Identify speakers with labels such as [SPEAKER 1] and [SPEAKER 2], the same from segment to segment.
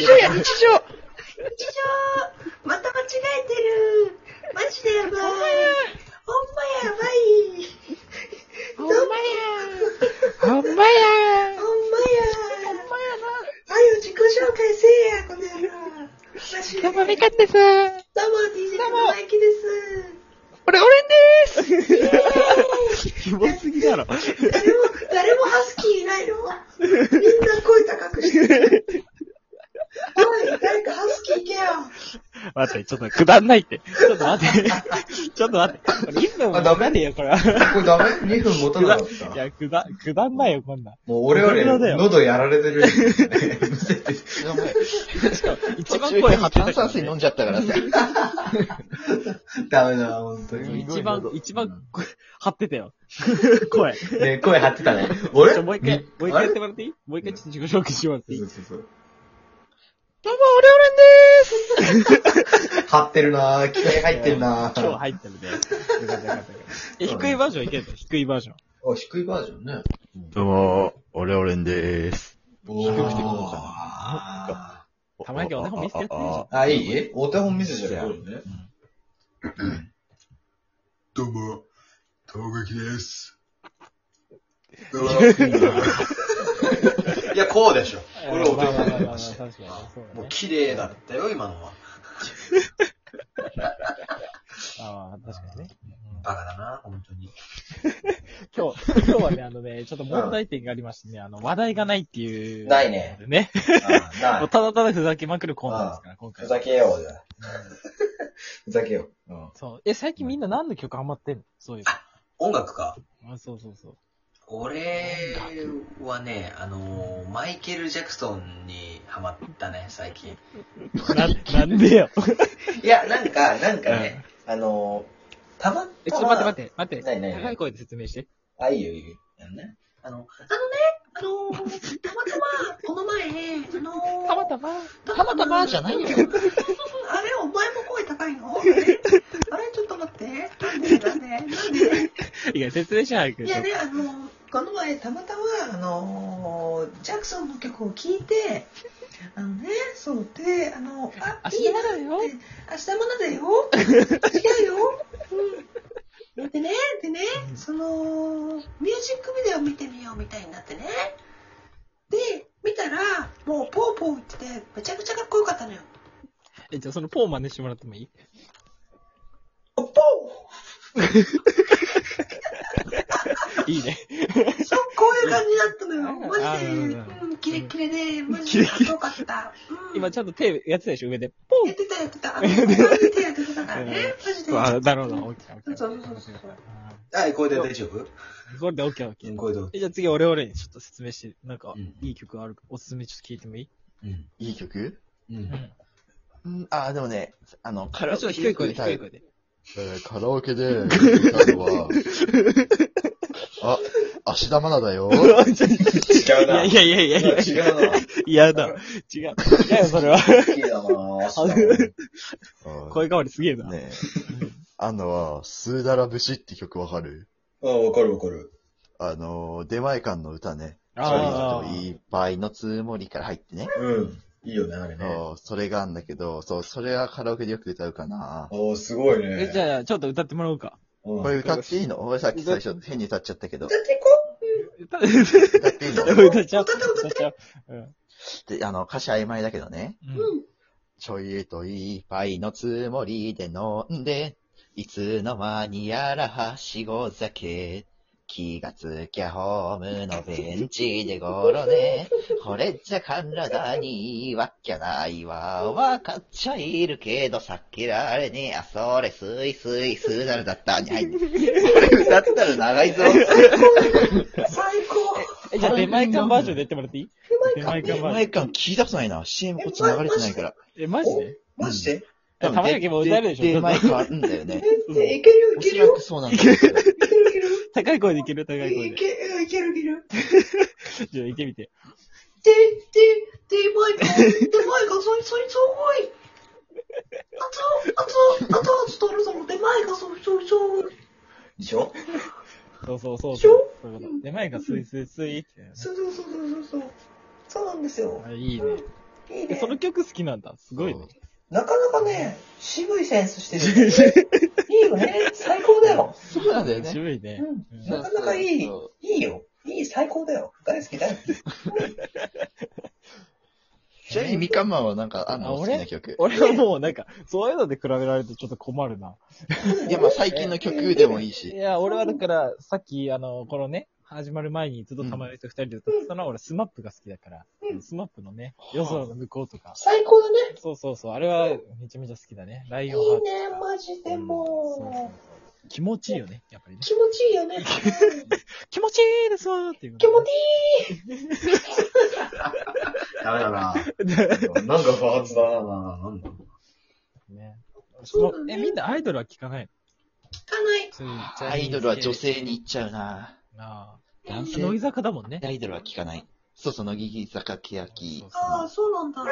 [SPEAKER 1] 常
[SPEAKER 2] 日常また間違えてるマジでやばいほんまやばい
[SPEAKER 1] ほんまやほんまやほん
[SPEAKER 2] ほんまや
[SPEAKER 1] まや
[SPEAKER 2] あゆ自己紹介せえやこの野郎私
[SPEAKER 1] な。どうも、みか
[SPEAKER 2] ど
[SPEAKER 1] んです。
[SPEAKER 2] うも DJ
[SPEAKER 1] どうも
[SPEAKER 2] のマイキです
[SPEAKER 1] 俺、オレンでーす
[SPEAKER 3] キモすぎだろ。
[SPEAKER 2] 誰も、誰もハスキーいないのみんな声高くしてる。おい、誰かハスキー行けよ。
[SPEAKER 3] 待って、ちょっとくだんないって。ちょっと待って。ちょっと待って。これ、いつでも
[SPEAKER 4] あダメ
[SPEAKER 3] なんでよ、これは。
[SPEAKER 4] これダメ ?2 分持た
[SPEAKER 3] く
[SPEAKER 4] な
[SPEAKER 3] だ
[SPEAKER 4] かっ
[SPEAKER 3] い
[SPEAKER 4] た。
[SPEAKER 3] や、くだ、くだんないよ、こんなん。
[SPEAKER 4] もう俺はね、
[SPEAKER 3] 無料だよ
[SPEAKER 4] 喉やられてる。むせてる
[SPEAKER 5] お前
[SPEAKER 3] 一
[SPEAKER 5] 途
[SPEAKER 3] 番
[SPEAKER 5] 中
[SPEAKER 3] 声張
[SPEAKER 5] で
[SPEAKER 3] ってた
[SPEAKER 5] 炭酸水飲んじゃったからさ。
[SPEAKER 4] ダメだな、本当に。
[SPEAKER 3] 一番、一番、張ってた よ。声。ち
[SPEAKER 4] ね、声張ってたね。俺
[SPEAKER 3] ょ、もう一回
[SPEAKER 4] み、
[SPEAKER 3] もう一回やっ
[SPEAKER 4] あ
[SPEAKER 3] てもらっていいもう一回ちょっと自己紹介します。
[SPEAKER 4] れそう
[SPEAKER 3] い
[SPEAKER 4] そうそう。
[SPEAKER 1] どうも、俺、オレンでーす
[SPEAKER 4] 張ってるなぁ、気合入ってんな
[SPEAKER 3] 今日
[SPEAKER 4] ぁ。
[SPEAKER 3] 入ってるね。よかったよか ったよかった。え、低いバージョンいけるの低いバージョン。
[SPEAKER 4] あ、低いバージョンね。
[SPEAKER 5] どうも、オレオレンでーす。
[SPEAKER 4] 低
[SPEAKER 5] くてこうか
[SPEAKER 4] か
[SPEAKER 3] たまにお手本見せてやってみるじゃん
[SPEAKER 4] あ、いいお手本見せちゃうよ。
[SPEAKER 6] どうも、とうがきです。 いや、こうでしょ。俺お手本になりました。
[SPEAKER 3] 確かに。そうだ
[SPEAKER 6] もう
[SPEAKER 3] ね。
[SPEAKER 6] 綺麗だったよ、今のは。
[SPEAKER 3] ああ、確かにね。
[SPEAKER 6] バカだな、本当に。
[SPEAKER 3] 今日、今日はね、あのね、ちょっと問題点がありましてね、あの、話題がないっていう。
[SPEAKER 4] ないね。
[SPEAKER 3] ね。
[SPEAKER 4] あ
[SPEAKER 3] も
[SPEAKER 4] な
[SPEAKER 3] うただただふざけまくるコーナーですから、今
[SPEAKER 4] ふ
[SPEAKER 3] 回は。
[SPEAKER 4] ざけよう、じゃあふざけよう。うん
[SPEAKER 3] そう。え、最近みんな何の曲ハマってんのそういう
[SPEAKER 6] 音楽か。
[SPEAKER 3] の。あ、そうそうそう。
[SPEAKER 6] 俺はね、あのー、マイケル・ジャクソンにハマったね、最近。
[SPEAKER 3] な、なん でよ。
[SPEAKER 4] いや、なんか、なんかね、あのー、たまたま、
[SPEAKER 3] え、ちょっと待って待って、待って。
[SPEAKER 4] ないないない
[SPEAKER 3] 高い声で説明して。
[SPEAKER 4] あ、いいよ、いいよ。あのね
[SPEAKER 6] あの、
[SPEAKER 2] あのー、たまたま、この前ね、あのー、
[SPEAKER 1] たまたま、
[SPEAKER 5] たまたまじゃないよ。
[SPEAKER 2] あれ、お前も声高いのあれ、あれちょっと待って。なんで、なんで、なんで。
[SPEAKER 3] いや、説明しないけ
[SPEAKER 2] い
[SPEAKER 3] ど
[SPEAKER 2] や。ね、あのー、この前、たまたま、あのー、ジャクソンの曲を聴いて、あのね、そうで、あの、あ、
[SPEAKER 3] 明
[SPEAKER 2] い
[SPEAKER 3] 日
[SPEAKER 2] い
[SPEAKER 3] も
[SPEAKER 2] な
[SPEAKER 3] だよ
[SPEAKER 2] って、明日もだよ。違うよ。うん。でね、でね、その、ミュージックビデオ見てみようみたいになってね。で、見たら、もうポーポー言ってて、めちゃくちゃかっこよかったのよ。
[SPEAKER 3] え、じゃあそのポー真似してもらってもいい
[SPEAKER 2] おポ
[SPEAKER 3] いいね。
[SPEAKER 2] ーそう、こういう感じだったのよ。マ
[SPEAKER 3] あ
[SPEAKER 2] ジで、
[SPEAKER 3] ーなるほど
[SPEAKER 2] うん、キレッキレで、マジでかっこよかった。うん
[SPEAKER 3] 今ちゃんと手やってたでしょ、上で。ポ
[SPEAKER 2] やってたやってた。あの、こんなに手やってたからね。マジで。
[SPEAKER 3] ンあ、なるほど。オッケーオッケー。
[SPEAKER 2] そうそうそうそう
[SPEAKER 3] あ
[SPEAKER 6] あ、これで大丈夫
[SPEAKER 3] ーこれでオッケーオッケー。
[SPEAKER 6] これで OK。
[SPEAKER 3] えじゃあ次、俺俺にちょっと説明して、なんか
[SPEAKER 6] うん、
[SPEAKER 3] いい曲あるか、おすすめちょっと聞いてもいい
[SPEAKER 6] うん。
[SPEAKER 5] いい曲
[SPEAKER 6] うん。
[SPEAKER 5] うん、あー、でもね、あの、カ
[SPEAKER 3] ちょ
[SPEAKER 5] ラ
[SPEAKER 3] っ
[SPEAKER 5] オ
[SPEAKER 3] と
[SPEAKER 5] ケで
[SPEAKER 3] 低い声で、
[SPEAKER 5] 歌う
[SPEAKER 3] 低い声で。
[SPEAKER 5] えーカラオケ で歌うのは、あ、芦田愛菜だよ。
[SPEAKER 4] 違う
[SPEAKER 3] いや
[SPEAKER 4] な。
[SPEAKER 3] いやいやいやいや、
[SPEAKER 4] 違うな。
[SPEAKER 3] 嫌だ。違う。嫌よ、それは。
[SPEAKER 4] 好きだなぁ。
[SPEAKER 3] 声変わりすげえな。
[SPEAKER 5] ねえ。あのは、スーダラ節って曲わかる
[SPEAKER 4] あ、わかるわかる。
[SPEAKER 5] あの、出前館の歌ね。
[SPEAKER 3] あ
[SPEAKER 5] そういうのいっぱいのつもりから入ってね。
[SPEAKER 4] うん。いいよね、あれね。
[SPEAKER 5] そうそれがあんだけど、そう、それはカラオケでよく歌うかな。
[SPEAKER 4] おー、すごい
[SPEAKER 3] あ。
[SPEAKER 4] ね
[SPEAKER 3] え、。じゃあ、ちょっと歌ってもらおうか。
[SPEAKER 4] うん
[SPEAKER 5] これ歌っていいの俺さっき最初変に歌っちゃったけど。
[SPEAKER 2] 歌っていこ
[SPEAKER 3] 歌っ
[SPEAKER 5] 歌っていいの
[SPEAKER 3] ちゃう。歌っちゃう。うん
[SPEAKER 5] であの、歌詞曖昧だけどね。
[SPEAKER 3] うん
[SPEAKER 2] う。うん。
[SPEAKER 5] ちょいといっぱいのつもりで飲んで、いつの間にやらはしご酒。気がつきゃホームのベンチでごろね。これじゃ体にいいわきゃないわ。わかっちゃいるけど避けられねえ。あ、それ、すいすい、すーなるだった。にゃい。これ歌ってたら長いぞ。
[SPEAKER 2] 最高。
[SPEAKER 3] え、じゃあ、出前館バージョンでやってもらっていい出前館バージ
[SPEAKER 5] 前感聞いたことないな。CM こっち流れてないから。
[SPEAKER 3] ョン。え、マジで
[SPEAKER 4] マジで
[SPEAKER 3] え玉焼きも歌えるでしょ
[SPEAKER 5] で、前感あるんだよね。
[SPEAKER 2] えいける
[SPEAKER 5] お
[SPEAKER 2] いけ
[SPEAKER 5] そ
[SPEAKER 2] る
[SPEAKER 5] ら
[SPEAKER 2] よ。
[SPEAKER 5] くそうなんだけど。
[SPEAKER 2] いけるいける。
[SPEAKER 3] 高い声でいける高い声
[SPEAKER 2] い
[SPEAKER 3] で。
[SPEAKER 2] けるいけるいける。
[SPEAKER 3] じゃあ、行ってみて。
[SPEAKER 2] で、で、で、マイカ、で、マイカ、そい、そい、そい。あつ、あつ、あつ、あつ、とるぞ、で、マイカ、そい、そい、そい。
[SPEAKER 4] でしょ
[SPEAKER 3] そうそうそう。
[SPEAKER 2] しょ
[SPEAKER 3] そういうこと。出前館スイスイスイって。
[SPEAKER 2] そうそうそうそうそう。そうなんですよ。
[SPEAKER 3] あいいね。
[SPEAKER 2] いい
[SPEAKER 3] で
[SPEAKER 2] ね。
[SPEAKER 3] その曲好きなんだ。すごいね。
[SPEAKER 4] なかなかね、渋いセンスしてるよね。いいよね。最高だよ。
[SPEAKER 5] そうなんだよね。
[SPEAKER 3] 渋いね。
[SPEAKER 4] うん。
[SPEAKER 3] うん
[SPEAKER 4] なかなかいい
[SPEAKER 5] そう、
[SPEAKER 4] いいよ。いい、最高だよ。大好き、大好き。
[SPEAKER 5] ちなみにみかんマンはなんかあん
[SPEAKER 3] あ
[SPEAKER 5] の好
[SPEAKER 3] 俺
[SPEAKER 5] きな曲。
[SPEAKER 3] 俺はもうなんか、そういうので比べられるとちょっと困るな。
[SPEAKER 5] いや、まあ最近の曲でもいい
[SPEAKER 3] い
[SPEAKER 5] し。
[SPEAKER 3] や、俺はだから、さっき、あの、このね、始まる前にずっとたまりと二人で歌ってたのは、俺、スマップが好きだから、スマップのね、夜空の向こうとか、
[SPEAKER 4] 最高だね。
[SPEAKER 3] そうそうそう、あれはめちゃめちゃ好きだね。ラ
[SPEAKER 4] い
[SPEAKER 3] イオンハー
[SPEAKER 4] い
[SPEAKER 3] ト。
[SPEAKER 4] ね、マジで
[SPEAKER 3] そうそう
[SPEAKER 4] も
[SPEAKER 3] そう気持ちいいよね、やっぱりね
[SPEAKER 4] う。。気持ちいいよね。
[SPEAKER 3] 気持ちいいですわーっていう。
[SPEAKER 4] 気持ち
[SPEAKER 6] ダメだな。
[SPEAKER 4] いい。なんか不発だ
[SPEAKER 6] ダメだな。なんだ
[SPEAKER 3] いい。ね。
[SPEAKER 2] そうだね
[SPEAKER 3] え、みんなアイドルは聞かないの
[SPEAKER 2] 聞かない。
[SPEAKER 3] そういう
[SPEAKER 5] アイドルは女。性に行っちゃうな。
[SPEAKER 3] なあ。
[SPEAKER 5] 男性
[SPEAKER 3] 乃木坂だもんね。
[SPEAKER 5] アイドルは聞かない。そうそう、乃木坂欅。
[SPEAKER 2] ああ、そうなんだ。
[SPEAKER 3] うん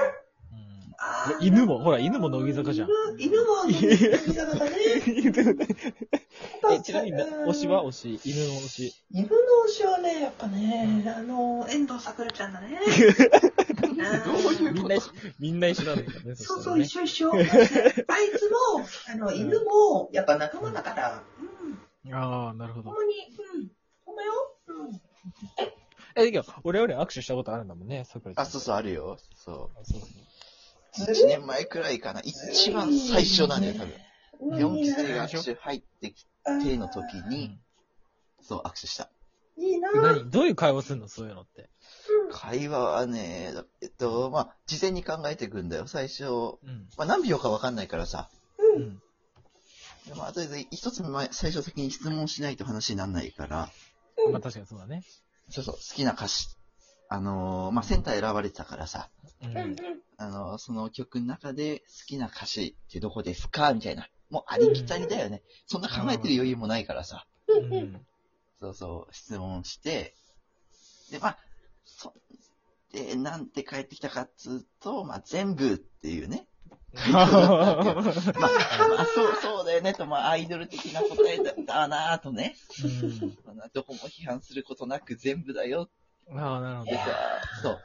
[SPEAKER 2] あー
[SPEAKER 3] 犬もほら犬も乃木坂じゃん
[SPEAKER 2] 犬犬も乃木坂だね。
[SPEAKER 3] えちなみに、推しは推し、犬の推し。
[SPEAKER 2] 犬の推しはね、やっぱね、あの、遠藤さくらちゃんだ ね。うん
[SPEAKER 3] みんな一緒、みんな一緒なんだけどね。
[SPEAKER 2] そう
[SPEAKER 3] した
[SPEAKER 2] そ
[SPEAKER 3] ら
[SPEAKER 2] う、
[SPEAKER 3] ね
[SPEAKER 2] 一緒一緒。あいつも、あの、犬も、やっぱ仲間だから、うん、
[SPEAKER 3] ああ、なるほど
[SPEAKER 2] ほん。まに、うん、ほんまよ。うん。
[SPEAKER 3] え、だけど、俺より握手したことあるんだもんね、桜井ちゃん
[SPEAKER 5] あ、そうそう、あるよ。そ。
[SPEAKER 3] あそうそう
[SPEAKER 5] 1年前くらいかな。一番最初なんだよ、多分。四期生が握手入ってきての時に、そう、握手した。
[SPEAKER 2] いいな。
[SPEAKER 3] う。何どういう会話するのそういうのって。
[SPEAKER 5] 会話はね、えっと、まあ、事前に考えていくんだよ、最初。
[SPEAKER 3] うん。
[SPEAKER 5] まあ、何秒かわかんないからさ。
[SPEAKER 3] うん。
[SPEAKER 5] でまあ、とりあえず、一つ前、最初先に質問しないと話にならないから、
[SPEAKER 3] まあ確かにそうだね。
[SPEAKER 5] そうそう、好きな歌詞、あのーまあ、センター選ばれてたからさ、
[SPEAKER 3] うん。
[SPEAKER 2] うんうん。
[SPEAKER 5] あのーその曲の中で好きな歌詞ってどこですかみたいな。もうありきたりだよね。そんな考えてる余裕もないからさ。
[SPEAKER 3] うん。
[SPEAKER 5] そうそう、質問して、で、まあ、そ、で、なんて返ってきたかっつうと、まあ、全部っていうね。まあ、まあ、そう、そうだよねと、まあ、アイドル的な答えだったなぁとね。まあどこも批判することなく全部だよ
[SPEAKER 3] うんああ、なるほ
[SPEAKER 5] ってさ、そう。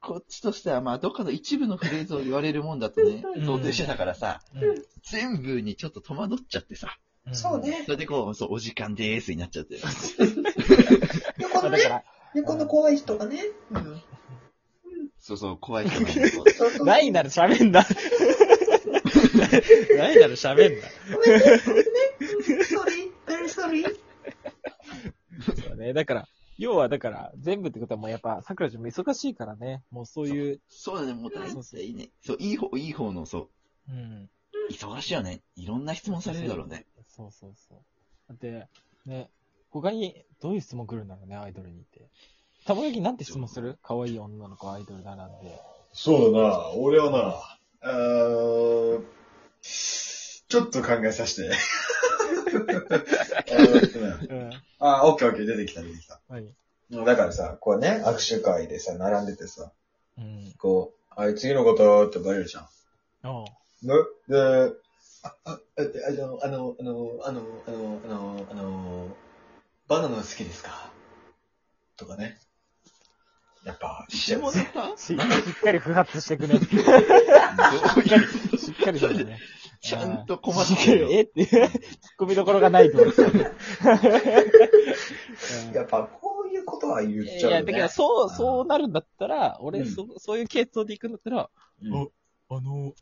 [SPEAKER 5] こっちとしては、まあ、どっかの一部のフレーズを言われるもんだとね
[SPEAKER 3] う、ん
[SPEAKER 5] 想定してたからさ、
[SPEAKER 3] ど。
[SPEAKER 5] 全部にちょっと戸惑っちゃってさ、
[SPEAKER 3] うん
[SPEAKER 2] そう。ね
[SPEAKER 5] そ。れでこう、そう、お時間でーすになっちゃって。
[SPEAKER 2] 横
[SPEAKER 3] ま
[SPEAKER 2] の
[SPEAKER 3] あだか
[SPEAKER 2] ね、
[SPEAKER 3] ら、
[SPEAKER 2] 横の怖い人がね。
[SPEAKER 5] そうそう、怖い人なんだよ
[SPEAKER 2] そう そう
[SPEAKER 3] ないなら喋んな。ないなら喋んな。
[SPEAKER 2] ごめんね、ごめんね。うん sorry, very sorry.
[SPEAKER 3] そうね。だから、要はだから、全部ってことはもうやっぱ、桜ちゃんも忙しいからね。もうそういう、
[SPEAKER 5] そうだね、もう大
[SPEAKER 3] そうそう
[SPEAKER 5] 体ね。そう、いい方、いい方の、そう。
[SPEAKER 3] うん。
[SPEAKER 5] 忙しいよね。いろんな質問されるだろうね。
[SPEAKER 3] そうそうそう。だって、ね、他にどういう質問来るんだろうね、アイドルにって。たまになんて質問する可愛い女の子アイドルだなんて。
[SPEAKER 1] そうだな、俺はな、あーちょっと考えさせ て。えーっとね
[SPEAKER 3] うん。
[SPEAKER 1] あー、オッケーオッケー、出てきた、出てきた。
[SPEAKER 3] 何
[SPEAKER 1] うんだからさ、こうね、握手会でさ、並んでてさ、
[SPEAKER 3] うん。
[SPEAKER 1] こう、はい、次の方ってバレるじゃん。
[SPEAKER 3] あ
[SPEAKER 1] ね、で、あ、あ、えあの、あの、あの、あの、あの、あの、あの、バナナ好きですかとかね。やっぱ、
[SPEAKER 5] 下ネタ
[SPEAKER 3] しっかり不発して くね。し
[SPEAKER 5] どう いう
[SPEAKER 3] っかりだね。
[SPEAKER 5] ちゃんと困っ
[SPEAKER 3] しってか
[SPEAKER 5] るよ
[SPEAKER 3] り、えって、突っ込みどころがないと思って。うん
[SPEAKER 1] やっぱ、こういうことは言っ
[SPEAKER 3] いやい
[SPEAKER 1] ちゃ
[SPEAKER 3] や、
[SPEAKER 1] うよ
[SPEAKER 3] だ
[SPEAKER 1] ね。
[SPEAKER 3] けど、そう、そうなるんだったら、俺、
[SPEAKER 1] うん
[SPEAKER 3] そそういう系統で行くんだったら、
[SPEAKER 1] うん
[SPEAKER 3] あの、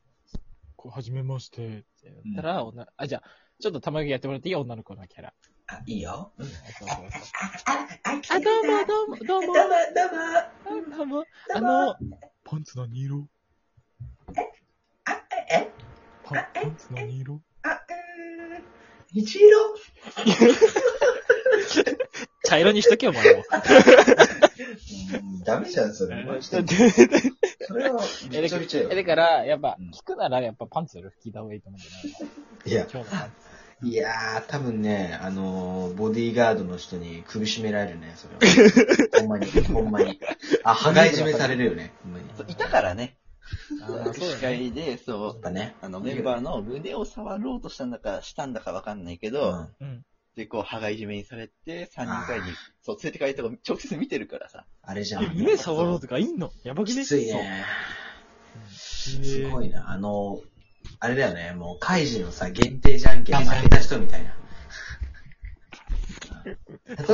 [SPEAKER 3] こう、はじめまして、って言ったら、女、あ、じゃあ、ちょっと玉木やってもらっていい女の子のキャラ。
[SPEAKER 6] あ、いいよ。
[SPEAKER 3] そうそうそう
[SPEAKER 2] あ、あ、
[SPEAKER 3] あ、どうも、どうも、ど
[SPEAKER 2] ど
[SPEAKER 3] う
[SPEAKER 2] うも、、ど
[SPEAKER 3] も
[SPEAKER 2] うも。
[SPEAKER 3] どうも、
[SPEAKER 2] ど
[SPEAKER 3] あ
[SPEAKER 2] うも
[SPEAKER 3] の、パンツ何色
[SPEAKER 2] あ、え、え、
[SPEAKER 3] パンパンツ何色
[SPEAKER 2] あ、えー、一色
[SPEAKER 3] 茶色にしとけよ、もう。
[SPEAKER 1] うんダメじゃん、それ。マジで。それは、めちゃめちゃよ
[SPEAKER 3] え、。だから、やっぱ
[SPEAKER 1] うん、
[SPEAKER 3] 聞くなら、やっぱパンツ色聞いた方がいいと思うんだよね。
[SPEAKER 6] いや、
[SPEAKER 3] 今日のパンツ。
[SPEAKER 6] いやー、多分ね、あのー、ボディーガードの人に首絞められるね、それ は。ほんまに、ほんまに。あ、羽交い締めされるよね、ほんまに。
[SPEAKER 5] そういたからね。
[SPEAKER 3] あーそう
[SPEAKER 5] 握手
[SPEAKER 3] だね。
[SPEAKER 5] 会で、そ
[SPEAKER 6] やっ
[SPEAKER 5] う。
[SPEAKER 6] ぱね。
[SPEAKER 5] あの、メンバーの胸を触ろうとしたんだか、したんだかわかんないけど、
[SPEAKER 6] う
[SPEAKER 3] う
[SPEAKER 6] ん
[SPEAKER 3] ん。
[SPEAKER 5] で、こう、羽がいじめにされて、3人会に、そう、連れてかれたとこ直接見てるからさ。
[SPEAKER 6] あれじゃん。
[SPEAKER 3] 夢触ろうとかいんのやばくね
[SPEAKER 6] きついね。すご
[SPEAKER 3] い。
[SPEAKER 6] いな。あの、あれだよね、もう、カイジのさ、限定じゃんけん負けた人みたいな。例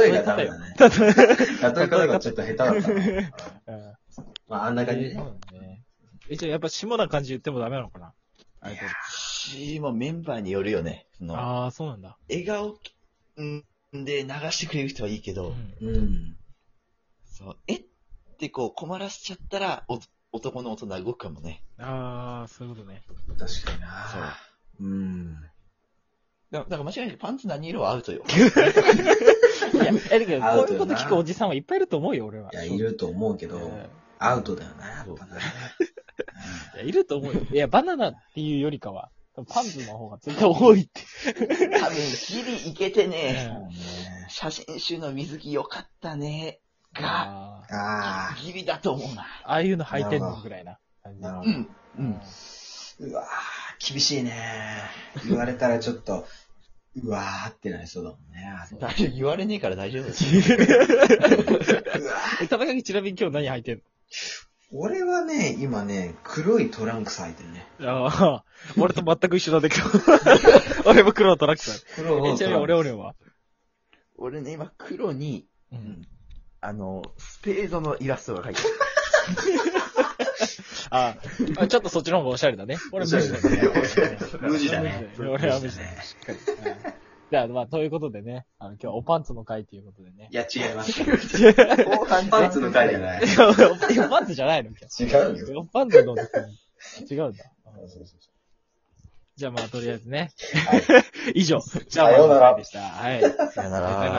[SPEAKER 6] えがダメだね。例え方がちょっと下手だった
[SPEAKER 3] う
[SPEAKER 6] な。
[SPEAKER 3] ん
[SPEAKER 6] まあ、あんな感じでね。
[SPEAKER 3] そうだねえ、じゃあやっぱ下な感じ言ってもダメなのかない
[SPEAKER 6] や
[SPEAKER 5] 今メンバーによるよね。その、
[SPEAKER 3] ああ、そうなんだ。
[SPEAKER 5] 笑顔んで流してくれる人はいいけど、
[SPEAKER 3] うん
[SPEAKER 6] うん。
[SPEAKER 5] そう、えってこう困らせちゃったら、お男の大人動くかもね。
[SPEAKER 3] ああ、そういうことね。
[SPEAKER 6] 確かにな。うん。
[SPEAKER 5] だからだから間違いなくパンツ何色はアウト よ。
[SPEAKER 3] いや、え、だけど、
[SPEAKER 6] ア
[SPEAKER 3] こ
[SPEAKER 6] ウ
[SPEAKER 3] う
[SPEAKER 6] ト
[SPEAKER 3] いう
[SPEAKER 6] よ
[SPEAKER 3] こ
[SPEAKER 6] な
[SPEAKER 3] と聞くおじさんはいっぱいいると思うよ、俺は。
[SPEAKER 6] いや、いると思うけ
[SPEAKER 3] け
[SPEAKER 6] ど、アウトだよな、やっぱな。
[SPEAKER 3] いや、いると思うよ。いや、バナナっていうよりかは、多分パンツの方が絶対多いって。
[SPEAKER 5] 多分ギリいけてね。
[SPEAKER 3] うん
[SPEAKER 6] ね
[SPEAKER 5] 写真集の水着よかったね。が、
[SPEAKER 3] あー
[SPEAKER 6] あ
[SPEAKER 5] ギリだと思うな。
[SPEAKER 3] ああいうの履いてんのぐらいな感じ。
[SPEAKER 6] あ、なるほ
[SPEAKER 5] う
[SPEAKER 6] ど。
[SPEAKER 5] ん。うん。
[SPEAKER 6] うわぁ、厳しいね。言われたらちょっと、うわぁってなりそうだもんね。
[SPEAKER 5] 大丈夫、言われねえから大丈夫だよ。
[SPEAKER 3] え、田中ちなみに今日何履いてん
[SPEAKER 6] 俺はね、今ね、黒いトランクス履いてるね。
[SPEAKER 3] のああ、俺と全く一緒だね、今 日。俺も黒のトラックだ。
[SPEAKER 6] 黒
[SPEAKER 3] え、ちなみに俺、俺は。
[SPEAKER 5] 俺ね、今黒に、
[SPEAKER 3] うん。
[SPEAKER 5] あの、スペードのイラストが書いてある。
[SPEAKER 3] ああ、ちょっとそっちの方がオシャレだね。俺無
[SPEAKER 6] おしゃれ
[SPEAKER 3] 地
[SPEAKER 6] だ
[SPEAKER 3] だ
[SPEAKER 6] ね
[SPEAKER 3] ね。
[SPEAKER 6] 無地だね。
[SPEAKER 3] 俺は無地だね。しっかり。うんじゃあ、まあ、ということでね、あの、今日はおパンツの回ということでね
[SPEAKER 6] い。や、違います。
[SPEAKER 5] 後半
[SPEAKER 6] パンツの回じゃない。
[SPEAKER 3] いやおパンツじゃないの今
[SPEAKER 6] 違うよ。
[SPEAKER 3] 日おパンツのですね。違うんだ。 じゃあまあ、とりあえずね。以上。じゃあ、
[SPEAKER 6] さようなら
[SPEAKER 3] でした。はい。さよ
[SPEAKER 5] さよ
[SPEAKER 3] な
[SPEAKER 5] な
[SPEAKER 3] ら。